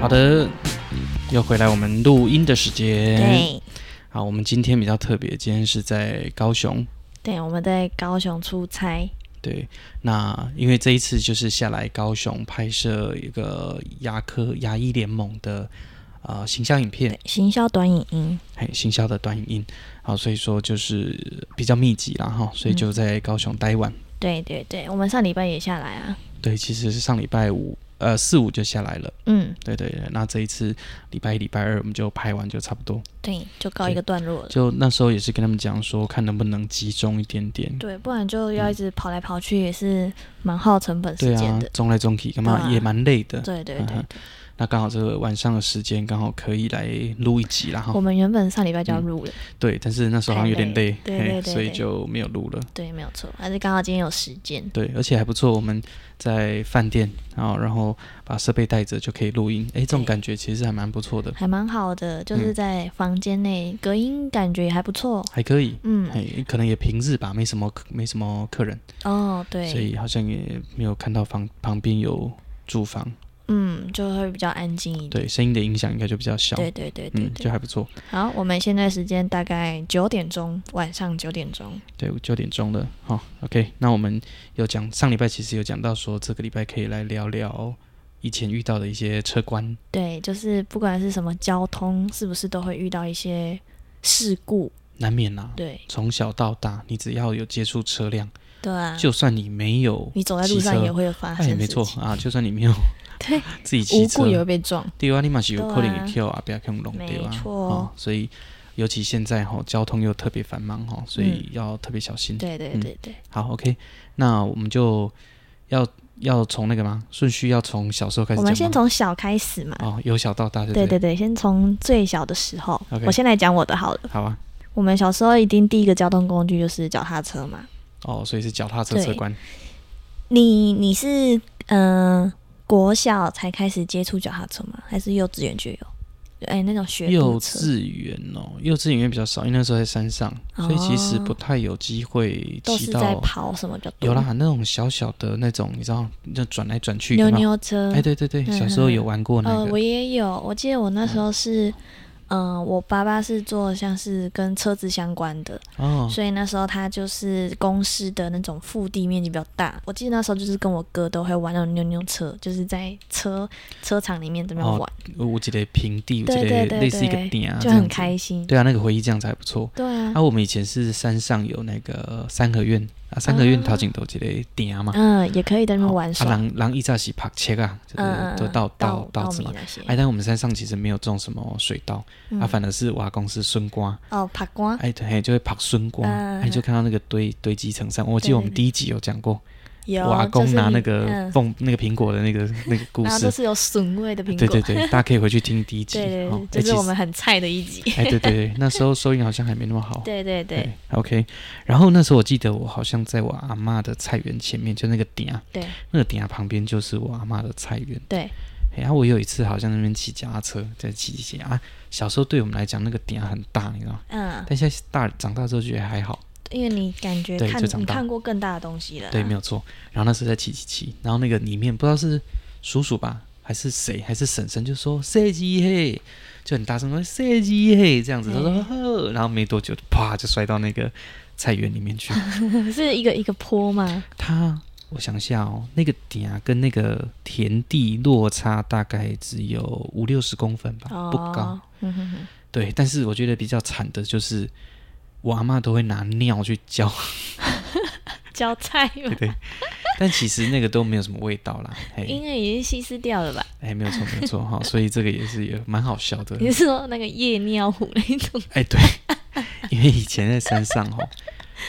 好的，又回来我们录音的时间。，对，好，我们今天比较特别，今天是在高雄。对，我们在高雄出差，哎对，那因为这一次就是下来高雄拍摄一个牙科牙医联盟的呃形象影片对，，行销短影音，嘿，行销的短影音，好，所以说就是比较密集啦哈，所以就在高雄待一晚。对对对，我们上礼拜也下来啊，对，其实是上礼拜五呃四五就下来了，嗯，对对对，那这一次礼拜一礼拜二我们就拍完就差不多，对，就告一个段落了，就那时候也是跟他们讲说看能不能集中一点点，对，不然就要一直跑来跑去，也是蛮耗成本对时间啊的，，中来中去干嘛、对啊也蛮累的，对对嗯对哼，那刚好这个晚上的时间刚好可以来录一集啦我哈，们原本上礼拜就要嗯录了，对，但是那时候好像有点累，太累嘿对对对所以对就没有录了。对，没有错，但是刚好今天有时间，对，而且还不错。我们在饭店，然后然后把设备带着就可以录音，诶，这种对感觉其实还蛮不错的，还蛮好的，就是嗯在房间内隔音感觉也还不错，还可以。嗯，诶，可能也平日吧，没什么客没什么客人，哦，所对，以好像也没有看到房旁边有住房，嗯，就会比较安静一点。对，声音的影响应该就比较小。对对对对嗯，就对。还不错。好，我们现在时间大概九点钟，晚上九点钟。对，九点钟了，好、o k 那我们有讲上礼拜其实有讲到说，这个礼拜可以来聊聊以前遇到的一些车关，对，就是不管是什么交通，是不是都会遇到一些事故？难免啦、对从小到大，你只要有接触车辆，对啊，就算你没有，你走在路上骑车也会有发生哎，事情，没错 啊，就算你没有对，自己骑无故也车会，被撞。对啊，你嘛是有可能对啊会 Q 啊，不要看弄没对啊，错哦，所以尤其现在哈、交通又特别繁忙哈、所以要特别小心。嗯对对嗯对对，好，OK，那我们就要要从那个吗？顺序要从小时候开始我讲吗，们先从小开始嘛。哦，由小到大，对不对对对对，先从最小的时候 OK 我先来讲我的好了。好啊，我们小时候一定第一个交通工具就是脚踏车嘛。哦，所以是脚踏车对车关，你你是嗯、呃国小才开始接触脚踏车吗？还是幼稚园就有？哎、那种学幼步车稚园哦，幼稚园比较少，因为那时候在山上，所以其实哦不太有机会都骑是在到。跑什么比较多？有啦，那种小小的那种，你知道，就转来转去，扭有没有扭车。哎，对对对，小时候嗯嗯嗯有玩过那呃，个我，也有，我记得我那时候是。嗯，我爸爸是做像是跟车子相关的，哦，所以那时候他就是公司的那种腹地面积比较大。我记得那时候就是跟我哥都会玩那种扭扭车，就是在车车场里面怎么样哦玩，我记得平地，我记对得对对类似一个对点啊，就这很样子开心。对啊，那个回忆这样子还不错。对啊，啊，我们以前是山上有那个三合院啊，三合院啊头前头一个点嘛，嗯，也可以在那边玩啊，耍，人人一早是拍车啊，就嗯嗯是都嗯到稻到到米什么。那些，哎，但我们山上其实没有种什么水稻，嗯啊，反而是瓦公司笋瓜，哦，爬瓜哎，对，就会跑笋瓜，嗯嗯嗯哎，就看到那个堆堆积成山。我记对对得我们对第一集有讲过，有瓦就工是拿你那个嗯凤那个苹果的那个那个故然后都事，是有笋味的苹对果，对对，大家可以回去听第一集对对哦对，。哎这其是我实们很菜的一 集，哎，对对对，那时候收音好像还没那么好。对对对哎，OK。然后那时候我记得我好像在我阿妈的菜园前面，就那个顶啊，对那个顶啊旁边就是我阿妈的菜园。对，然后、啊我有一次好像在那边骑脚踏车，在骑骑骑啊。小时候对我们来讲那个点很大，你知道吗？嗯，但现在大长大之后觉得还好，因为你感觉对看就长你大看过更大的东西了，对，没有错。然后那时候在骑骑骑，然后那个里面不知道是叔叔吧，还是谁，还是婶婶，就说设计嘿，就很大声说设计嘿这样子。他说呵，然后没多久啪就摔到那个菜园里面去。有，是一个一个坡嘛，他我想一下哦，那个点啊跟那个田地落差大概只有五六十公分吧，哦，啊不高。嗯哼哼，对，但是我觉得比较惨的就是，我阿妈都会拿尿去浇， 浇菜嘛，但其实那个都没有什么味道啦。因哎为已经稀释掉了吧？哎，没有错没有错哈，所以这个也是也蛮好笑的。 你是说那个夜尿壶那种？哎对，因为以前在山上哦，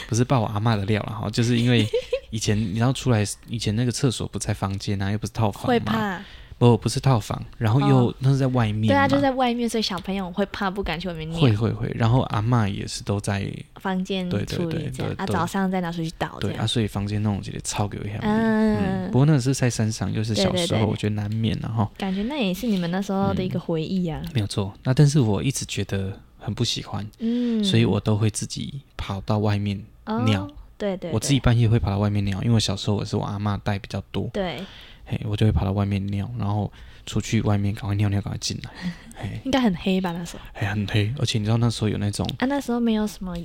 不是爆我阿妈的料了哈，就是因为以前你要出来，以前那个厕所不在房间啊，又不是套会房嘛，怕，不不是套房，然后又、哦那是在外面对啊，嘛就在外面，所以小朋友会怕，不敢去外面会尿，会会，然后阿妈也是都在房间对对处对理这样对啊，对早上再拿出去倒这对啊，样，所以房间弄起来超给我一下。嗯嗯，不过那个是在山上，又是小对对时对候，我觉得难免然后感觉那也是你们那时候的一个回忆啊，没有错。那但是我一直觉得很不喜欢，嗯，所以我都会自己跑到外面。哦尿，对对，我对自己半夜会跑到外面尿，因为我小时候我是我阿妈带比较多，对，嘿，我就会跑到外面尿，然后出去外面赶快尿尿，赶快进来， 嘿，应该很黑吧那时候嘿，很黑，而且你知道那时候有那种啊，那时候没有什么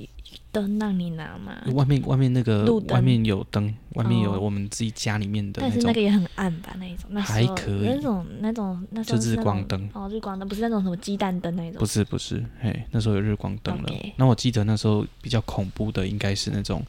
灯让你拿嘛，外面外面那个嗯路灯外面有灯，外面有哦我们自己家里面的但那是那种个也很暗吧，那一种，那时候还可以那种那种那时候就是日那光种灯哦，日光灯不是那种什么鸡蛋灯那一种不，是不是，嘿，那时候有日光灯了 OK。那我记得那时候比较恐怖的应该是那种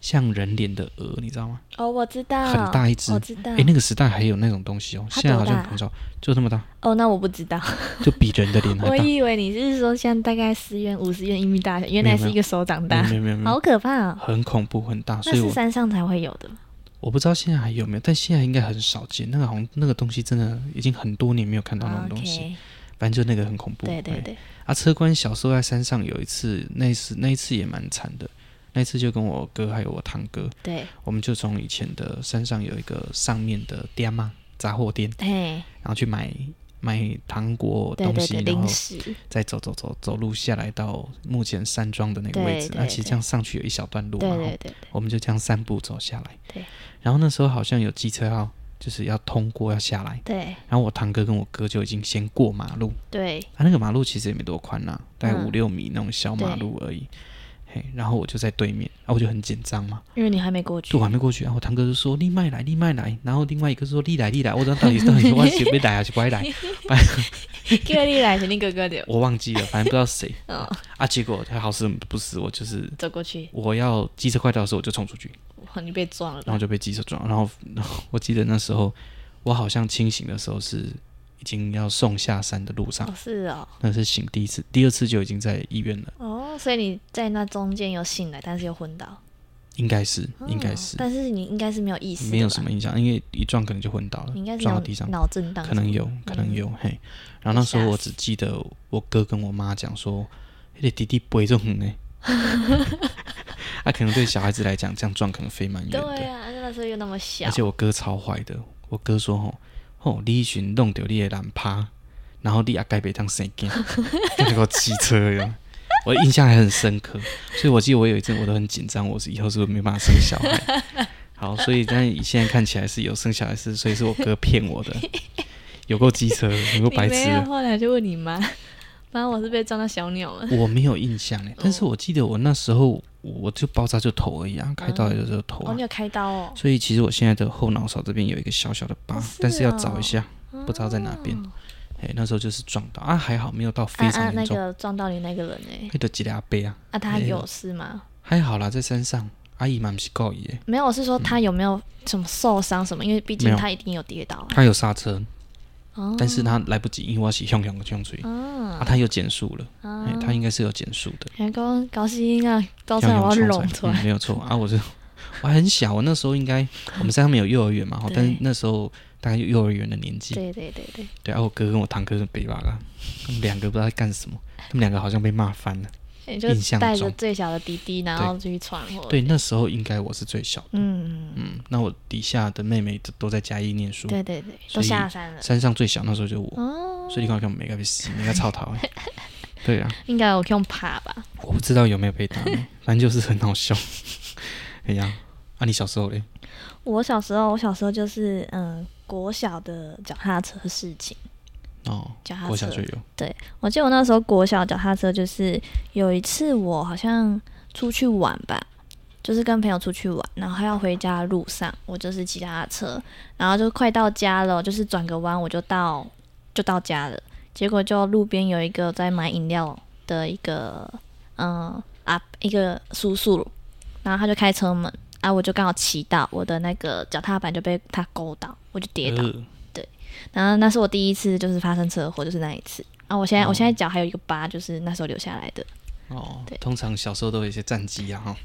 像人脸的鹅，你知道吗？哦，我知道，很大一只我知道，诶，那个时代还有那种东西哦，它现在多好像大很少，就这么大，哦，那我不知道，就比人的脸还 我大。以为你是说像大概十元、五十元一米大小，原没来有是一个手掌没大有，没有没有没好有，可怕哦！很恐怖很啊大，所那以是我山上才会有的吗，我不知道现在还有没有，但现在应该很少见。那个好像那个东西真的已经很多年没有看到那啊种东西， OK，反正就那个很恐怖。对对嘿对，啊，车官小时候在山上有一次，那一次那一次也蛮惨的。那一次就跟我哥还有我堂哥，对，我们就从以前的山上有一个上面的店嘛，杂货店，嘿，然后去买买糖果对东对西，对，然零后食，再走走走走路下来到目前山庄的那个对位置。对那其实这样上去有一小段路对嘛，吼对对对，我们就这样散步走下来。对。然后那时候好像有机车要就是要通过要下来，对然后我堂哥跟我哥就已经先过马路，啊对，他、那个马路其实也没多宽呐、大概嗯五六米那种小马路而已。嘿，然后我就在对面，啊，我就很紧张嘛，因为你还没过去就我，还没过去，然啊后我堂哥就说你麦来，你麦来，然后另外一个说你来，你来，我说到底到底我是要来还是不爱来，哥你来，是你哥 哥 的，我忘记了，反正不知 道谁嗯，啊。结果他好死不死，我就是走过去，我要机车快到的时候我就冲出去，哇，你被撞了吧，然后就被机车撞，然后然后我记得那时候我好像清醒的时候是已经要送下山的路上哦，，是哦，那是醒第一次，第二次就已经在医院了，哦，所以你在那中间有醒来，但是又昏倒，应该是哦应该是但是你应该是没有意识的吧，没有什么影响，因为一撞可能就昏倒哦了你应该，是撞脑到地上脑震荡什可么的，能有可能有嘿。然后那时吓候死我只记得我哥跟我妈讲说，那个弟弟不会这 种呢。 啊，可能对小孩子来讲，这样撞可能飞蛮远的。对啊，那时候又那么小而，且我哥超坏的，我哥说吼，吼你寻弄掉你的男趴，然后你阿该被当神 经，那个骑车哟。我印象还很深刻，所以我记得我有一阵我都很紧张，我是以后是不是没办法生小孩？好，所以但现在看起来是有生小孩是，所以是我哥骗我的，有够机车，有够你白痴没有，的。后来就问你妈，反正我是被撞到小鸟了，我没有印象哎，但是我记得我那时候我就爆炸就头而已啊，开刀也就是头哦，啊你，有开刀哦，所以其实我现在的后脑勺这边有一个小小的疤，哦是但是要哦找一下。不知道在哪边哦哎，那时候就是撞到啊，还好没有到非啊常啊，严那重，个撞到你那个人哎，那就几两杯啊，啊，他没有有事吗？还好啦，在山上，阿姨嘛不是故意的，没有，我是说他有没有什么受伤什么？因为毕嗯没竟有他一定有跌倒啊。她有刹车，哦，但是她来不及，因为我是向向向追，啊，啊她有减速了，哎啊，，她应该是有减速的，员工高兴啊，到时向候我要向拢冲出出来，来嗯，没有错啊，我是我还很小，我那时候应该我们山上没有幼儿园嘛，吼对但是那时候大概幼儿园的年纪，对对对对，对，啊，我哥跟我堂哥是北巴啦，他们两个不知道在干什么，他们两个好像被骂翻了，你就印象带着中最小的弟弟，然后去闯祸。对，那时候应该我是最小的。嗯，嗯，那我底下的妹妹都都在嘉义念书，对对对，所都以下山了。山上最小那时候就我，哦，所以你看我没个被死，没个操 逃欸。对啊，应该有用爬吧？我不知道有没有被打，反正就是很好笑。 哎呀，啊，你小时候嘞？我小时候，我小时候就是嗯，国小的脚踏车事情，哦，脚踏车。我小就有，我记得我那时候国小脚踏车，就是有一次我好像出去玩吧，就是跟朋友出去玩，然后要回家的路上，我就是骑脚踏车，然后就快到家了，就是转个弯我就到就到家了，结果就路边有一个在买饮料的一个嗯啊一个叔叔，然后他就开车门。啊！我就刚好骑到我的那个脚踏板就被他勾到，我就跌倒。呃然后那是我第一次就是发生车祸，就是那一次。啊，我现在、哦我现在脚还有一个疤，就是那时候留下来的。 哦对，通常小时候都有一些战绩啊，哈，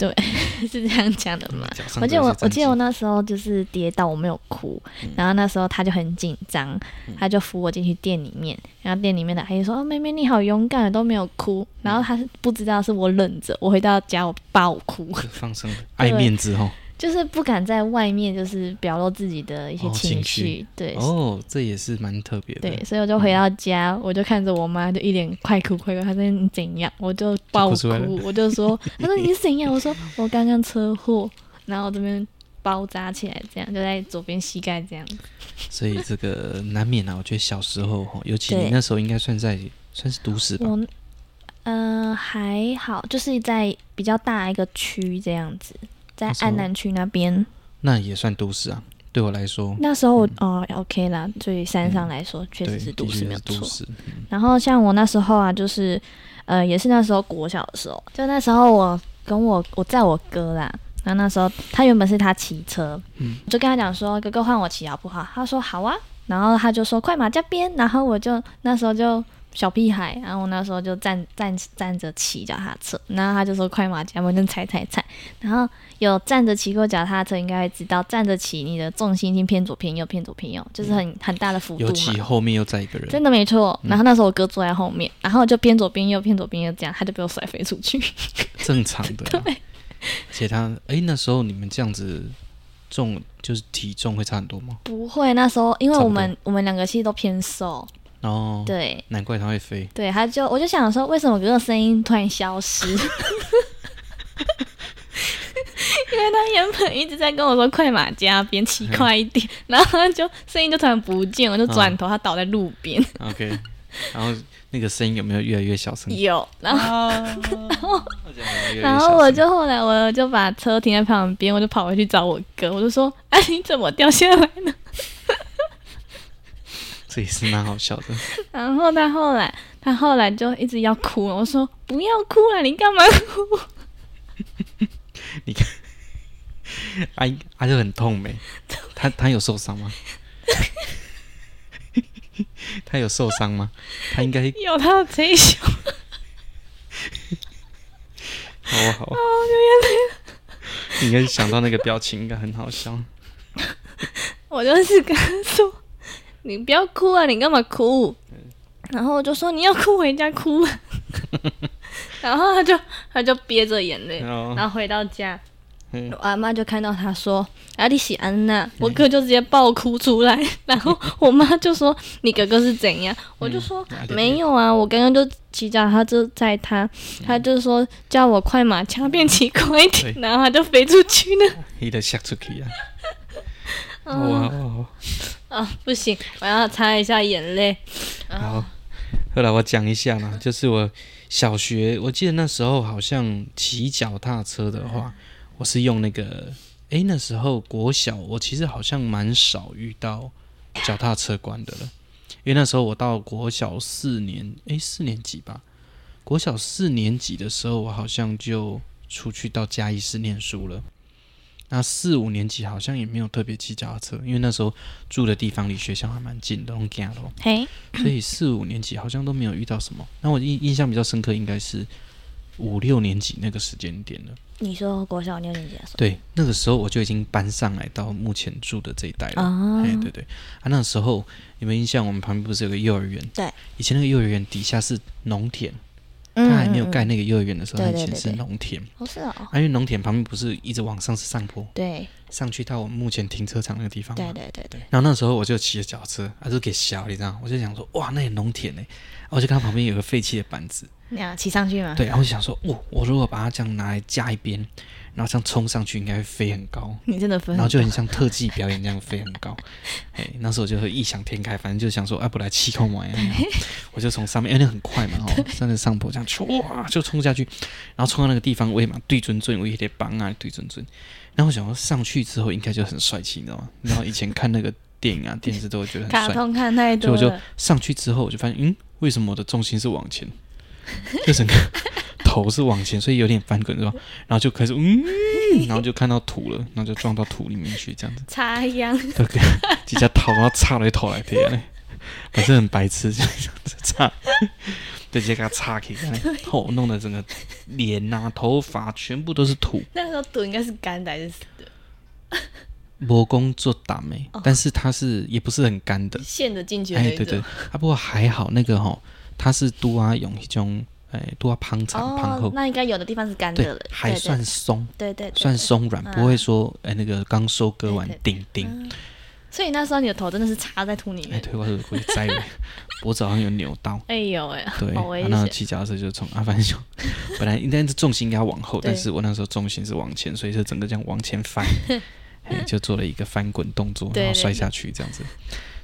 是这样讲的吗？脚嗯上我记得我都有一些我战记得我绩那时候就是跌倒，我没有哭，然后那嗯时候他就很紧张，他就扶我进去店里面，然后店里面的阿姨说：“哦，妹妹你好勇敢，都没有哭。”嗯然后他是不知道是我忍着，我回到家我爸我哭，就放生爱面子哦哈。就是不敢在外面就是表露自己的一些哦情情绪对。哦，这也是蛮特别的。对，所以我就回到嗯家，我就看着我妈，就一脸快哭快哭。她说你怎样？我就爆哭哭出来了，我就 说，她说你怎样？我说我刚刚车祸，然后我这边包扎起来，这样就在左边膝盖这样。所以这个难免啊，我觉得小时候哈，尤其对你那时候应该算在算是独食吧，我呃还好，就是在比较大一个区这样子，在那时候安南区那边。那也算都市啊。对我来说，那时候我、哦 OK 啦，对于山上嗯来说，确对，实是都市的没确有是都错。市。然后像我那时候啊，就是呃，也是那时候国小的时候，就那时候我跟我我载我哥啦，然后那时候他原本是他骑车，嗯我就跟他讲说哥哥换我骑好不好？他说好啊，然后他就说快马加鞭，然后我就那时候就。小屁孩，然后我那时候就站站站着骑脚踏车，然后他就说快马加鞭，就踩踩踩。然后有站着骑过脚踏车，应该会知道站着骑你的重心已经偏左偏右，偏左偏右，就是很很大的幅度嘛。尤其后面又在一个人，真的没错。嗯然后那时候我哥坐在后面，然后就边左边右，边左边右这样，他就被我甩飞出去。正常的、 啊。而且他，哎，那时候你们这样子重，就是体重会差很多吗？不会，那时候因为差不我多们我们两个其实都偏瘦，哦，对难怪他会飞。对，他就我就想说，为什么哥哥声音突然消失？因为他原本一直在跟我说快马加鞭，骑快一点，然后他就声音就突然不见，我就转头，他倒在路边。 OK，然后那个声音有没有越来越小声？有，然后 啊，这样有没有越来越然小后我声就后来我就把车停在旁边，我就跑回去找我哥，我就说：“哎、啊，你怎么掉下来了？”这也是蛮好笑的。然后他后来，他后来就一直要哭，我说不要哭了，你干嘛哭？啊，啊就很痛没？他他有受伤吗？ 他有受伤吗？他应该有他的贼笑，好啊哦好啊，你应该想到那个表情应该很好笑。我就是跟他说，你不要哭啊，你干嘛哭？然后我就说你要哭回家哭啊，然后他就他就憋着眼泪，哦然后回到家，嗯我阿妈就看到他说啊你喜安娜，我哥就直接爆哭出来， 然后我妈就说你哥哥是怎样？我就说、啊对对没有啊，我刚刚就骑脚踏车载他，他就说叫我快马加鞭骑快一点，嗯对然后他就飞出去了。你的吓出去啊！哇哦， 啊，不行，我要擦一下眼泪。好，后来我讲一下啦，就是我小学，我记得那时候好像骑脚踏车的话，我是用那个，诶，那时候国小我其实好像蛮少遇到脚踏车关的了，因为那时候我到国小四年，诶，四年级吧，国小四年级的时候，我好像就出去到嘉义市念书了。那四五年级好像也没有特别骑脚踏车，因为那时候住的地方离学校还蛮近的，用走路。嘿，所以四五年级好像都没有遇到什么。那我印印象比较深刻应该是五六年级那个时间点了。你说国小六年级的时对，那个时候我就已经搬上来到目前住的这一带了。啊哎，对对，啊，那时候有没有印象？我们旁边不是有个幼儿园？对，以前那个幼儿园底下是农田，他它还没有盖，那个幼儿园的时候，它对以对前对是对农田。不是嗯哦，啊，因为农田旁边不是一直往上是上坡，对上去到我们目前停车场那个地方吗？对对对对，然后那时候我就骑着脚踏车，啊，就给小，你知道吗，我就想说，哇，那也农田呢、啊我就看到旁边有个废弃的板子，你要骑上去吗？对，然后我就想说，哇，我如果把它这样拿来架一边，然后这样冲上去，应该会飞很高，你真的分然后就很像特技表演那样飞很高。哎，那时候我就会异想天开，反正就想说，啊，不来气空玩呀，我就从上面，因为那很快嘛，哦，上面上坡这样，唰就冲下去，然后冲到那个地方，我也嘛对准准，我也得帮啊对准准。然后我想说上去之后应该就很帅气，你知道吗？然后以前看那个电影啊、电视都会觉得很卡帅，通看太所以多我就了，上去之后，我就发现，嗯，为什么我的重心是往前？ 就整个头是往前，所以有点翻滚，是吧？然后就开始，嗯，然后就看到土了，然后就撞到土里面去，这样子，插秧。 对，几下头，然后插了一头来，天嘞！哎反正很白痴，就这样子擦，就直接给他擦开，这样哎头弄得整个脸呐、头发全部都是土。那时候毒应该是干的还是死的？魔工做打没，但是它是也不是很干的，陷的进去的哎，那对种。对，啊，不过还好那个吼，它是拄啊用迄种，哎，拄啊芳长芳哦厚，，那应该有的地方是干的对了，，还算松，对对对，对算松软，嗯不会说哎那个刚收割完对对叮叮，所以那时候你的头真的是插在土里哎，面，对我有我有摘 了，脖子好像有扭到。哎呦哎，对，好危啊、那险。骑脚踏车就从阿凡秀，本来应该是重心应该往后，对但是我那时候重心是往前，所以就整个这样往 前翻，哎，就做了一个翻滚动作，对然后摔下去这样子。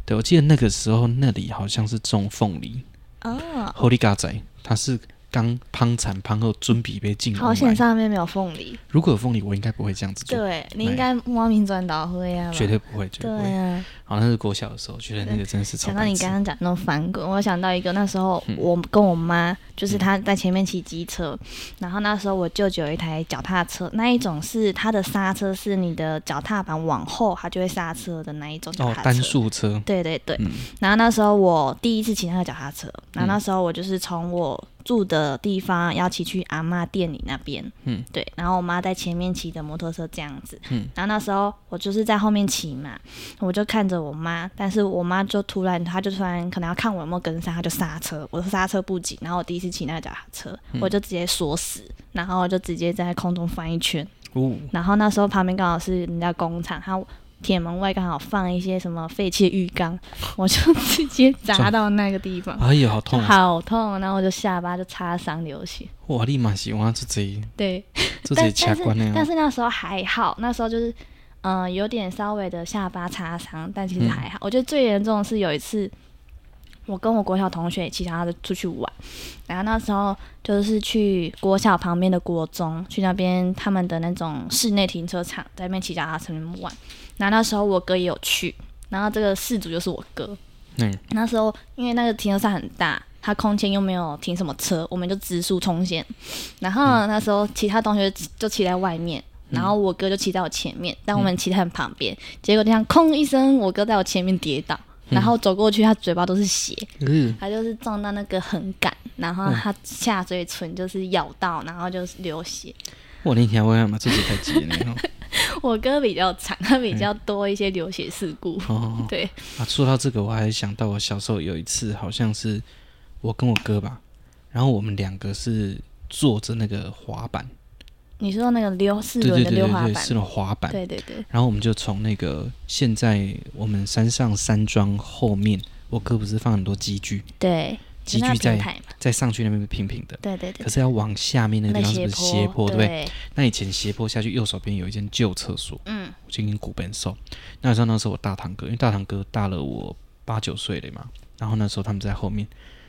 对，我记得那个时候那里好像是种凤梨哦， ，Holy God 仔，它是刚攀产攀后尊比被进好险来。上面没有凤梨，如果有凤梨，我应该不会这样子做，对啊你应该猫咪转倒灰啊吧，绝对不会，绝对不会。啊。好，那是国小的时候，觉得那个真的是超想到白你痴嗯刚。刚讲那种翻滚，我想到一个，那时候我跟我妈，就是她在前面骑机车，然后那时候我舅舅有一台脚踏车，那一种是它的刹车是你的脚踏板往后，它就会刹车的那一种脚哦踏，车。单数车，对对对，嗯然后那时候我第一次骑那个脚踏车，然后那时候我就是从我住的地方要骑去阿嬷店里那边，嗯，对，然后我妈在前面骑着摩托车这样子，嗯，然后那时候我就是在后面骑嘛，我就看着我妈，但是我妈就突然，她就突然可能要看我有没有跟上，她就刹车，我刹车不紧，然后我第一次骑那个脚踏车，嗯我就直接锁死，然后我就直接在空中翻一圈，哦，然后那时候旁边刚好是人家工厂，它铁门外刚好放一些什么废弃的浴缸，我就 直接砸到那个地方，哎呦，好就痛！啊！好痛，然后我就下巴就擦伤流血。哇，立马喜欢这这对，这但这但掐是关了。但是那时候还好，那时候就是嗯、呃有点稍微的下巴擦伤，但嗯其实还好。我觉得最严重的是有一次。我跟我国小同学骑脚踏车出去玩，然后那时候就是去国小旁边的国中，去那边他们的那种室内停车场，在那边骑脚踏车那边玩。然后那时候我哥也有去，然后这个事主就是我哥。嗯，那时候因为那个停车场很大，它空间又没有停什么车，我们就直速冲线。然后嗯那时候其他同学就骑在外面。然后我哥就骑在我前面，但我嗯们骑在很旁边，结果就像空一声，我哥在我前面跌倒，然后走过去，他嘴巴都是血，嗯，他就是撞到那个横杆，然后他下嘴唇就是咬到，然后就是流血。我那天我也嘛，这是太急了呢。 我哥比较惨，他比较多一些流血事故。哦嗯哦，对，啊，说到这个，我还想到我小时候有一次，好像是我跟我哥吧，然后我们两个是坐着那个滑板，你说那个溜四对轮对的对溜对滑对，板是，那种滑板。对对对，然后我们就从那个现在我们山上山庄后面，我哥不是放很多机具，对，集就那聚在平台嘛，再上去那边平平的，对对对可，是要往下面那个地方是斜不是斜坡，对不对？对？那以前斜坡下去，右手边有一间旧厕所，嗯，，我就跟古本收。那时候那时候我大堂哥，因为大堂哥大了我八九岁了嘛，然后那时候他们在后面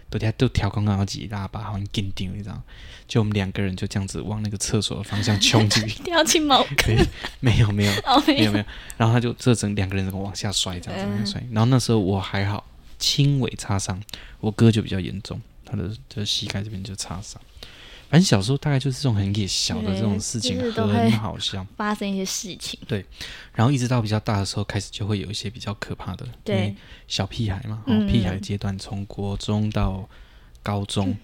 都在都调刚刚好几喇叭，好像跟丢，你知道吗？就我们两个人就这样子往那个厕所的方向冲进去 掉进茅可以？没有没有哦， 没没有没有，然后他就这整两个人整个往下摔，这样子嗯往下摔。然后那时候我还好，轻微擦伤，我哥就比较严重，他的就是膝盖这边就擦伤。反正小时候大概就是这种很野小的这种事情对就是，都会很好笑。发生一些事情，然后一直到比较大的时候，开始就会有一些比较可怕的，因为对，小屁孩嘛，嗯哦、屁孩阶段从国中到高中、嗯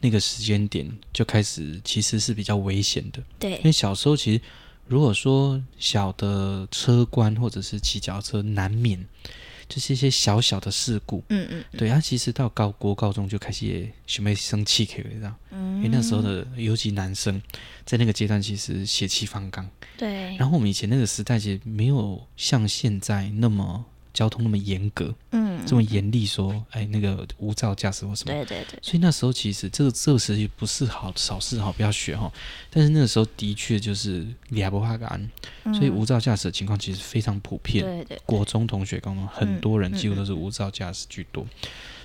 那个时间点就开始，其实是比较危险的。因对，为小时候其实如果说小的车关或者是骑脚踏车，难免就是一些小小的事故。嗯嗯对，他、其实到高国高中就开始也学妹生气可以这样，因为嗯，那时候的尤其男生在那个阶段其实血气方刚。嗯对，然后我们以前那个时代其实没有像现在那么交通那么严格，嗯，这么严厉说，哎，那个无照驾驶或什么。对对对，所以那时候其实这个这个时期不是好少事好不要学哈，但是那个时候的确就是俩不怕干，所以嗯无照驾驶的情况其实非常普遍。对对国中同学、高中很多人几乎都是无照驾驶居多，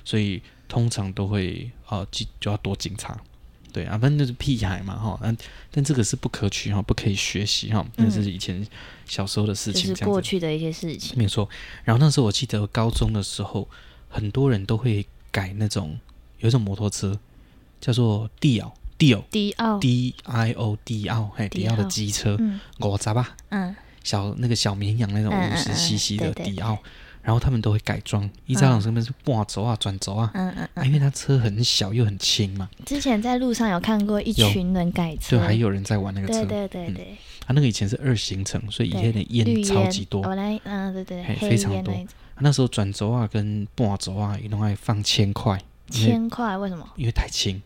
所以通常都会呃就就要躲警察。对啊，反正就是屁孩嘛哈，但但这个是不可取哈，不可以学习哈，那是以前小时候的事就情，是这过样子、嗯去的一些事情，没有错。然后那时候我记得高中的时候，很多人都会改那种有一种摩托车叫做迪奥迪奥迪奥， D I O 迪奥，嘿，迪迪奥的哦奥机车嗯五十吧，嗯，小那个小绵羊那种嗯嗯五嗯十 CC 对的对嗯迪奥，然后他们都会改装，依照那种身份是挂轴啊、转轴啊，嗯嗯啊，因为他车很小又很轻嘛，之前在路上有看过一群人改车，就还有人在玩那个车对。对对对，他那个以前是二行程，所以以前的绿烟超级多。我来，嗯对对，嘿黑非常烟那多一种，那时候转轴啊跟半轴啊，一弄爱放千块，因为千块为什么？因为太轻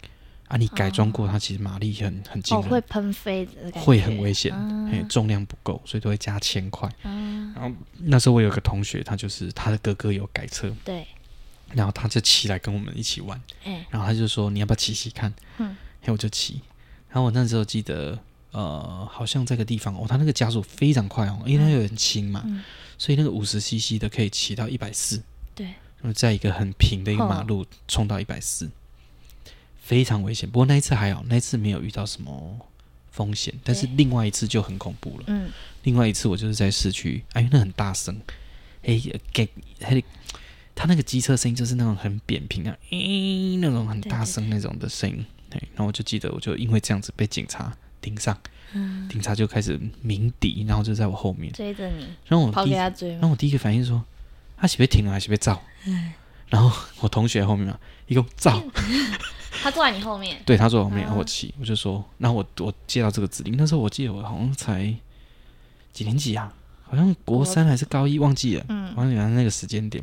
啊，你改装过它，其实马力很很惊哦，人，会喷飞的感觉，会很危险，啊嘿，重量不够，所以都会加千块。啊，然后那时候我有个同学，他就是他的哥哥有改车，对，然后他就骑来跟我们一起玩，哎，然后他就说你要不要骑骑看？嗯，嘿，我就骑。然后我那时候记得，呃，好像这个地方哦，他那个加速非常快哦，因为它有很轻嘛，嗯所以那个五十 CC 的可以骑到一百四，对，哦然后在一个很平的一个马路冲到一百四，非常危险。不过那一次还好，那一次没有遇到什么风险，但是对另外一次就很恐怖了。嗯，另外一次我就是在市区，哎、因为那很大声，哎、给还他那个机车声音就是那种很扁平啊，咦、那种很大声那种的声音。对，然后我就记得，我就因为这样子被警察盯上，嗯警察就开始鸣笛，然后就在我后面，追着你，然后我跑哦第给一，他追然吗？后我第一个反应是说，他是被停了啊还是被照？嗯然后我同学在后面嘛，一共照，他坐在你后面，对他坐我后面，然后我啊骑，我就说，然后我我接到这个指令，那时候我记得我好像才几年级啊，好像国国三还是高一，忘记了，嗯，忘记了那个时间点，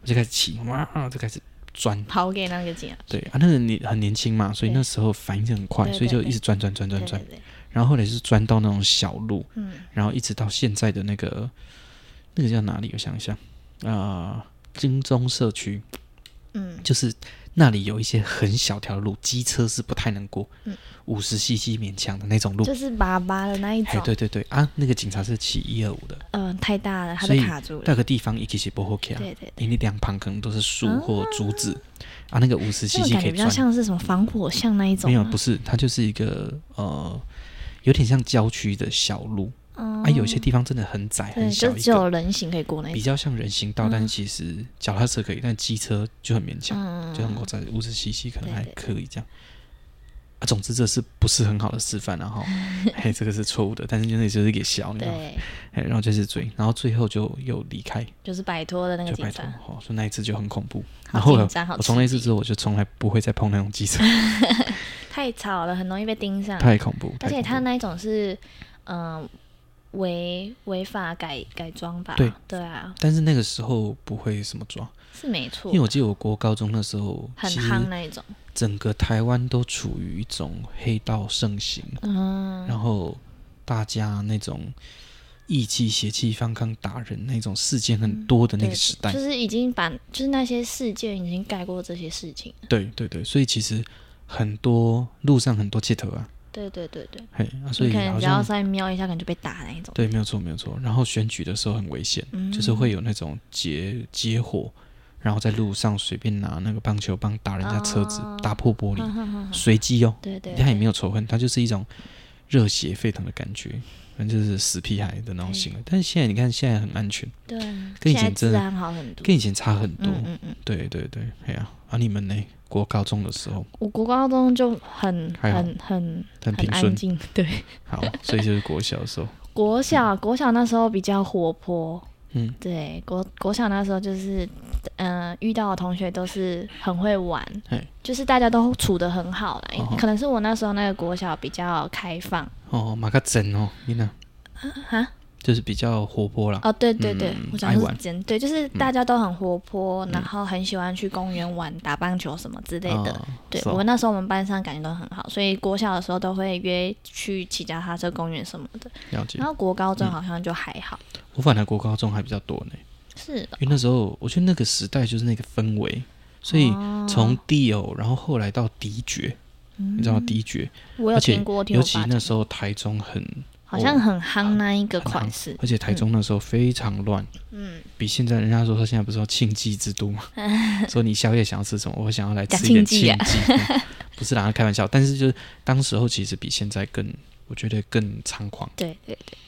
我就开始骑，哇，就开始钻，跑给那个警察，对啊，那个你很年轻嘛，所以对那时候反应很快，对所以就对一直钻钻钻对对钻钻，对，然后后来是钻到那种小路，嗯，然后一直到现在的那个那个叫哪里？我想一下，啊，金钟社区，嗯，就是那里有一些很小条的路，机车是不太能过嗯，五十 CC 勉强的那种路。就是粑粑的那一哎，种，对对对啊，那个警察是骑一二五的，嗯，太大了，他所被以卡住了，那个地方一起是不 OK 啊，对对对，因为两旁可能都是树或竹子啊，那个五十这种 CC 感可觉以比较钻。像是什么防火巷那一种啊没有，吗，不是，它就是一个呃，有点像郊区的小路嗯，啊，有些地方真的很窄对，很就小一只个，有人行可以过那比一种，较像人行道，嗯但是其实脚踏车可以，但机车就很勉强。嗯，就很我在五十 CC 可能对还对可以这样。啊，总之这是不是很好的示范、啊，然后，嘿，这个是错误的，但是就是就是给小你知道吗，对，嘿，然后就是追，然后最后就又离开，就是摆脱了那个就警拜托，察，哦，所以那一次就很恐怖。然好后紧呢，张，好我从那一次刺激之后，我就从来不会再碰那种 机车，太吵了，很容易被盯上，太恐怖。而太且恐他怖那一种是，嗯、违违法改改装吧？对啊，但是那个时候不会什么抓，是没错因为，我记得我国高中那时候，很其夯实那一种。整个台湾都处于一种黑道盛行，嗯，然后大家那种义气、邪气方刚打人那种事件很多的那个时代，嗯就是已经把就是那些事件已经盖过这些事情了。对对对，所以其实很多路上很多街头啊，对对对对，嘿，啊、所你以可能好只要像再瞄一下，可能就被打那一种。对，没有错，没有错。然后选举的时候很危险，嗯就是会有那种劫劫火，然后在路上随便拿那个棒球棒打人家车子，哦打破玻璃，哼哼哼哼随机哦， 对对，他也没有有仇恨，他就是一种热血沸腾的感觉，反正就是死屁孩的那种行为。但是现在你看，现在很安全，啊对，跟以现在前真治的安好很多。跟以前差很多。嗯嗯嗯，对对对，哎呀、啊，你们呢？国高中的时候我国高中就很还好很很很很平安顺，静， 对。好，所以就是国小的 时候，国小国小那时候比较活泼，嗯，对，国国小那时候就是，嗯、遇到的同学都是很会玩嘿，就是大家都处得很好啦。哦吼可能是我那时候那个国小比较开放哦，马克整哦，你呢？啊哈，就是比较活泼啦。哦，对对对，嗯我讲的爱是玩嗯真对，就是大家都很活泼，然后很喜欢去公园玩、打棒球什么之类的。哦对是我哦们那时候我们班上感觉都很好，所以国小的时候都会约去骑脚踏车公园什么的。了解然。后国高中嗯好像就还好，我反而国高中还比较多呢，是哦的，因为那时候我觉得那个时代就是那个氛围，所以哦从 Dio，然后后来到迪爵，你你知道吗？迪爵，我有而且听过，我听尤我其爸那讲时候台中很，好像很夯很那一个很款夯式，而且台中那时候非常乱，嗯，比现在人家说他现在不是要庆忌之都 吗？说你宵夜想要吃什么，我想要来讲吃一点庆庆忌忌， 啊嗯不是拿开玩笑，但是就是当时候其实比现在更，我觉得更猖狂。对对对，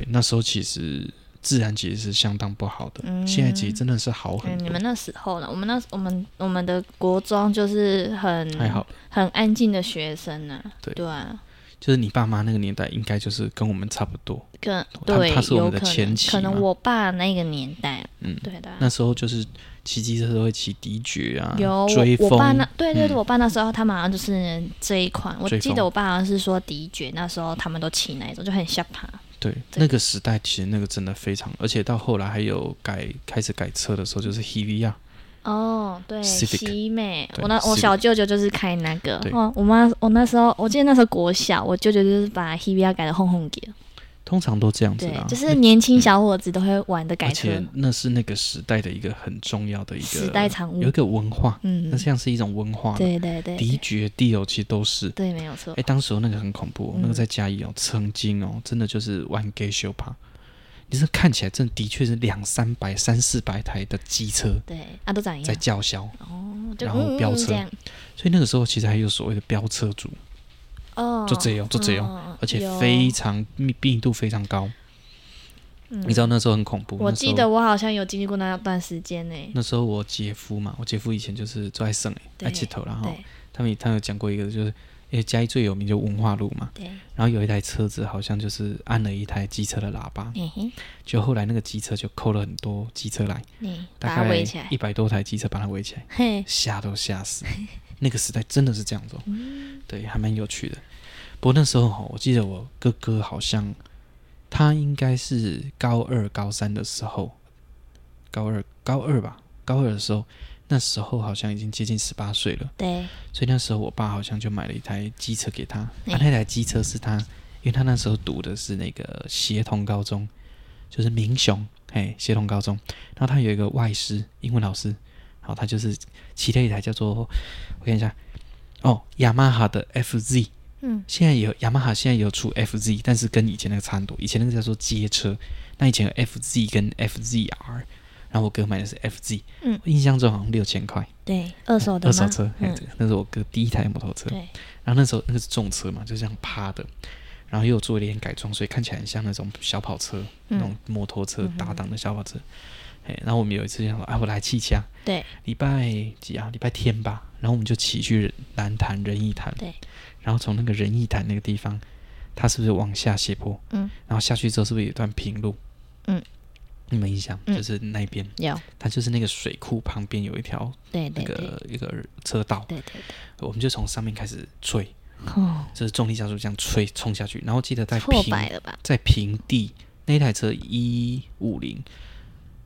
对，那时候其实治安其实是相当不好的，嗯现在其实真的是好很嗯，多，你们那时候呢？我们那我们我们的国中就是很还好，很安静的学生呢、对对啊，就是你爸妈那个年代，应该就是跟我们差不多。跟他对他是我有们的可前能，妻可嘛能我爸那个年代，嗯，对的啊。那时候就是骑机车都会骑迪爵啊，有我追我风，爸那对对对，嗯我爸那时候他们好像就是这一款，我追记风得我爸好像是说迪爵，那时候他们都骑那一种，就很吓怕。对，那个时代其实那个真的非常，而且到后来还有改开始改车的时候，就是 HV 啊，哦，对， Civic 喜美，对我那我 Civic 小舅舅就是开那个对，哦，我妈我那时候我记得那时候国小，我舅舅就是把 h e v i a 改的轰轰给，通常都这样子对的、啊，，就是年轻小伙子都会玩的那改而车，且那是那个时代的一个很重要的一个时代产物嗯有一，个文化，嗯那，像是一种文化，，对对对，迪爵、迪欧其实都是。对，没有错哎，，当时候那个很恐怖、哦，那个嗯在嘉义哦，曾经哦，真的就是玩 gay 秀趴，你这看起来真的的确是两三百、三四百台的机车对，啊，都长一在样，叫嚣，哦，就然后嗯嗯飙嗯车这样，所以那个时候其实还有所谓的飙车族，哦，嗯就这样，就这样，样而且非常密密度非常高。你知道那时候很恐怖，嗯我那时候记得我好像有经历过那段时间呢、那时候我姐夫嘛，我姐夫以前就是住在省哎，对在七头，然后对他们他们有讲过一个就是。因为嘉义最有名就文化路嘛，对，然后有一台车子好像就是按了一台机车的喇叭，嘿嘿，就后来那个机车就扣了很多机车来，你把大它概围起来，一百多台机车把它围起来，嘿，吓都 吓死。那个时代真的是这样子、哦，嗯对，还蛮有趣的。不过那时候哈，我记得我哥哥好像他应该是高二、高三的时候，高二、高二吧，高二的时候，那时候好像已经接近十八岁了，对，所以那时候我爸好像就买了一台机车给他。啊、嗯那台机车是他，因为他那时候读的是那个协同高中，就是民雄，嘿，协同高中。然后他有一个外师，英文老师，然后他就是骑了一台叫做，我看一下，哦，雅马哈的 FZ。嗯，现在有雅马哈，现在有出 FZ，但是跟以前那个差很多。以前那个叫做街车，那以前有 FZ 跟 FZR，然后我哥买的是 FZ，嗯我印象中好像六千块。对，二手的二吗？手车，哎嗯对那是我哥第一台摩托车。对，然后那时候那个是重车嘛，就这样趴的，然后又有做一点改装，所以看起来很像那种小跑车，那种嗯，摩托车嗯哼搭档的小跑车。哎，然后我们有一次想说，哎、我来气枪，对，礼拜几啊？礼拜天吧。然后我们就骑去南坛仁义潭，对，然后从那个仁义潭那个地方，它是不是往下斜坡？嗯，然后下去之后是不是有一段平路？嗯，你们印象嗯就是那边，有，它就是那个水库旁边有一条对那对对，个一个车道，对对对，我们就从上面开始吹，哦，就是重力加速这样吹冲下去，然后记得在破平百了吧？在平地那一台车一五零，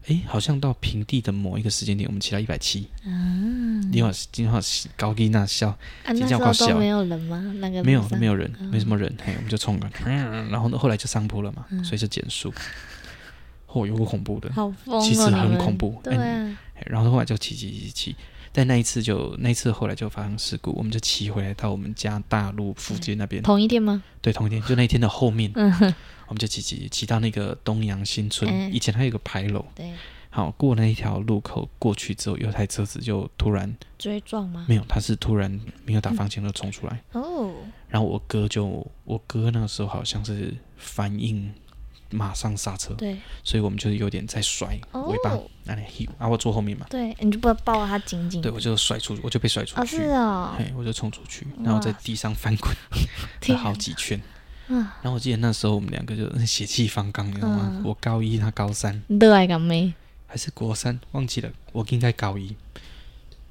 诶，好像到平地的某一个时间点，我们骑到一百七，嗯，另外另外高低那笑，啊，这那时样搞候笑都没有人吗？那个没有路上嗯没有人，没什么人，嘿，我们就冲了，嗯然后后来就上坡了嘛，所以就减速，哦，有个恐怖的，嗯好疯哦，其实你很们恐怖对哎啊，嘿然后后来就骑骑骑骑。但那一次就那一次后来就发生事故，我们就骑回来到我们家大路附近那边，嗯同一天吗？对，同一天，就那一天的后面，嗯我们就骑骑骑到那个东阳新村，嗯以前还有一个牌楼，对，好过那一条路口过去之后，有台车子就突然追撞吗？没有，它是突然没有打方向就冲出来，哦，然后我哥就我哥那个时候好像是反应马上刹车，对所以我们就是有点在甩尾巴哦，那里、啊我坐后面嘛，对，你就不要抱他紧紧对的，我就甩出去，我就被甩出哦，去，是哦，嘿，我就冲出去，然后在地上翻滚了天好几圈。啊然后我记得那时候我们两个就血气方刚，你知道吗？嗯我高一，他高三，热爱港妹，还是国三，忘记了。我应该高一。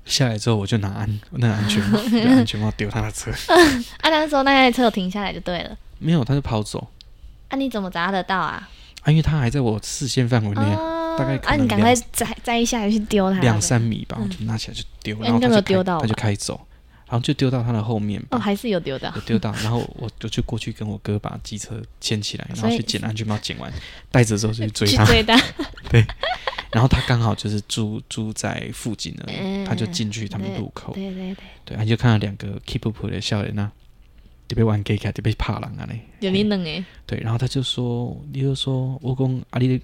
下来之后，我就拿安那个安全帽，对安全帽丢他的车， 啊，那时候那台车有停下来就对了。没有，他就跑走啊，你怎么砸得到啊？啊，因为他还在我视线范围内啊，啊大概可啊，能你赶快摘摘一下去丢它。两三米吧，我就拿起来就丢，嗯哎然后应该他没就有丢开到他就吧开走，然后就丢到他的后面哦，吧，还是有丢到有。丢到，然后我我就过去跟我哥把机车 牵起来，然所后以去捡安全帽，捡完带着之后就去追去他，追 它，然后他刚好就是住住在附近而已，嗯他就进去他们路口，对对对，对，他就看到两个 keep up 的少年啊，就被玩 gay 就被怕人啊嘞，有点冷哎，对，然后他就说，你就说，我讲啊你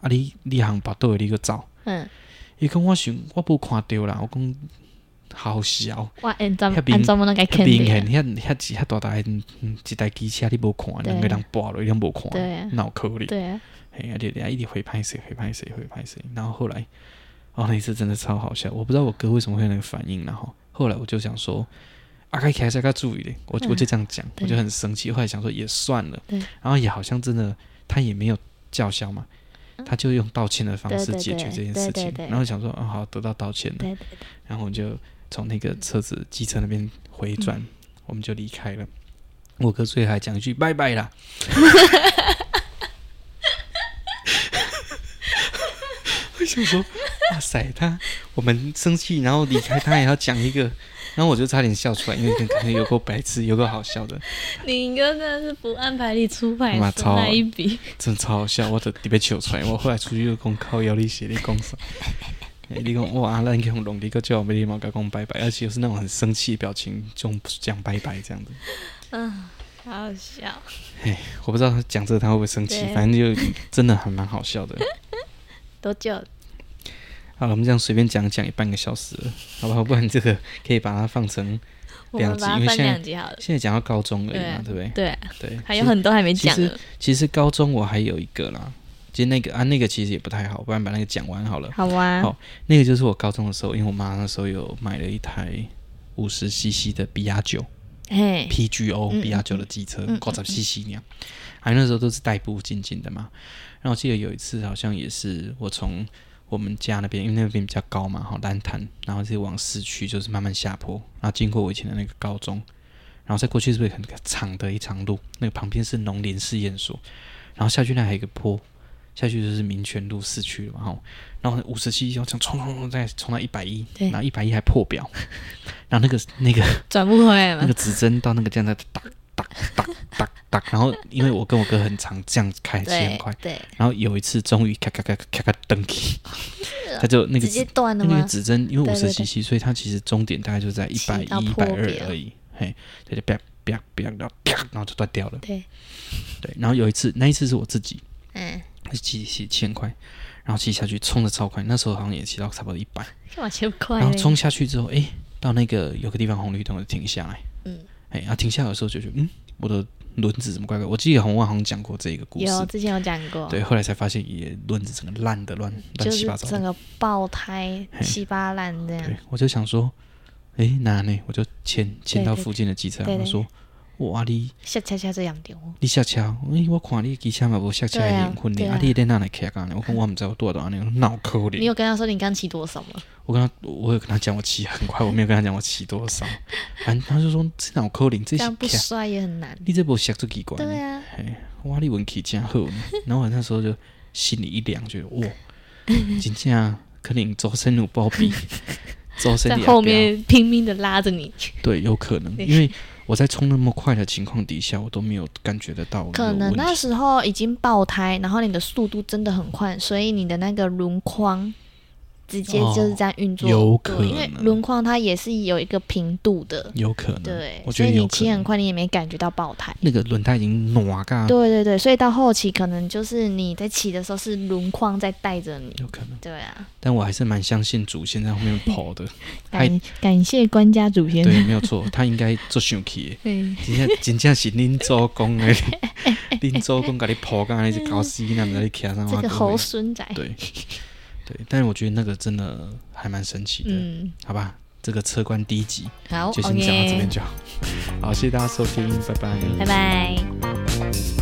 啊你你行把倒的你个走，嗯，伊讲我想我无看到啦，我讲好笑，哇，按怎那边按怎么那个遐肯明显定？遐遐遐大台嗯一台机车你无看，对两个人跋落你拢无看，对啊脑壳里，对啊，哎呀，就一直回拍谁回拍谁回拍谁，然后后来，哦那一次真的超好笑，我不知道我哥为什么会有那个反应，然后后来我就想说，阿开开是该注意的，我我就这样讲，对我就很生气，后来想说也算了对，然后也好像真的他也没有叫嚣嘛，他就用道歉的方式对对解决对这件对事对情，对然后想说哦好得到道歉了，对对对，然后我们就从那个车子机车那边回转，嗯我们就离开了。我哥最后还讲一句拜拜啦。我想说，哇塞，他我们生气，然后离开他也要讲一个，然后我就差点笑出来，因为可能有够白痴，有够好笑的，你哥真的是不按牌理出牌妈的超那一笔，真的超好笑，我的被糗出来。我后来出去就讲靠腰力写你讲 啥？哎你讲哇，那你用龙，你个叫我没礼貌，跟他讲拜拜，而且又是那种很生气的表情，就讲拜拜这样子。嗯，好好笑。我不知道他讲这个他会不会生气对，反正就真的还蛮好笑的。多久？好了，我们这样随便讲讲也半个小时了，好不好？不然这个可以把它放成我两们集把因它为分现在两集好了。现在讲到高中而已对嘛啊，对不对？对，对，还有很多还没其讲实呢。其实高中我还有一个啦，其实那个啊那个其实也不太好，不然把那个讲完好了。好啊，好那个就是我高中的时候，因为我妈那时候有买了一台五十 CC 的比亚九嘿， PGO 嗯比亚九的机车嗯嗯，高十 CC 那样。还那时候都是代步进进的嘛。然后我记得有一次好像也是我从我们家那边，因为那边比较高嘛，哈，蓝潭，然后是往市区就是慢慢下坡，然后经过我以前的那个高中，然后再过去是不是很长的一长路？那个旁边是农林试验所，然后下去那还有一个坡。下去就是民权路市区了嘛，哈，然后五十七，我想冲冲冲，再冲到一百一，对然后一百一还破表， 然后那个那个转不回来那嘛个。指针到那个这样在哒哒哒哒哒，然后因为我跟我哥很常这样开，骑很对快，对，然后有一次终于咔咔咔咔咔登起，他就那个直接指断了那个吗？指针，因对为五对十对 cc，所以它其实终点大概就在一百骑到一、一破百二表而已，嘿，它就啪啪啪，然后啪，然后就断掉了。对，对，然后有一次，那一次是我自己，嗯，骑骑骑很快，然后骑下去冲的超快，那时候好像也骑到差不多一百，干嘛切不快然后嘞冲下去之后，哎，到那个有个地方红绿灯我就停下来，嗯，哎，然后停下来的时候就觉得，嗯，我的轮子怎么怪怪？我记得红万好像讲过这个故有事，之前有讲过，对，后来才发现也轮子整个烂的乱乱就七是八糟整的，个爆胎嘿稀巴烂这样对。，我就想说，哎，哪呢？我就牵牵到附近的机车，对对我说，哇，你下恰恰这样丢，你下车，哎，我看你的机车嘛，无下车还很困对难，啊啊，你在哪里开啊？我讲我唔知我多少安尼，脑壳 你里。有跟他说你刚骑多少吗？我跟他，我有跟他讲我骑很快，我没有跟他讲我骑多少，反正他就说这脑壳里这这些样不车摔也很难。你这不写出奇怪呢？对啊，嘿，哇，你运气真好 呢。然后我那时候就心里一凉，觉得哇，真正可能周深有包 庇，周深在你后面拼命的拉着你，对，有可能，对因为我在冲那么快的情况底下，我都没有感觉得到有可能问那题时候已经爆胎，然后你的速度真的很快，所以你的那个轮框直接就是这样运作。哦有可能对因为轮框它也是有一个平度的，有可能，对，我觉所得以有你可骑很能。快，你也没感觉到爆胎。那个轮胎已经暖嘎，对对对，所以到后期可能就是你在骑的时候是轮框在带着你。有可能，对啊，但我还是蛮相信祖先在后面 跑的。嗨感感谢官家祖先。对，没有错，他应该做生气的。嗯，真正真正是恁祖公的，恁祖公甲你抱甲安尼一搞死，那毋知你徛啥这话个讲猴的。孙仔。对对，但是我觉得那个真的还蛮神奇的，嗯，好吧？这个车关第一集好就先讲到这边，OK，就好。好，谢谢大家收听，拜拜拜拜。